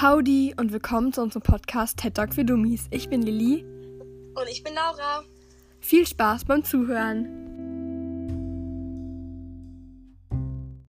Howdy und willkommen zu unserem Podcast TED Talk für Dummies. Ich bin Lilly. Und ich bin Laura. Viel Spaß beim Zuhören.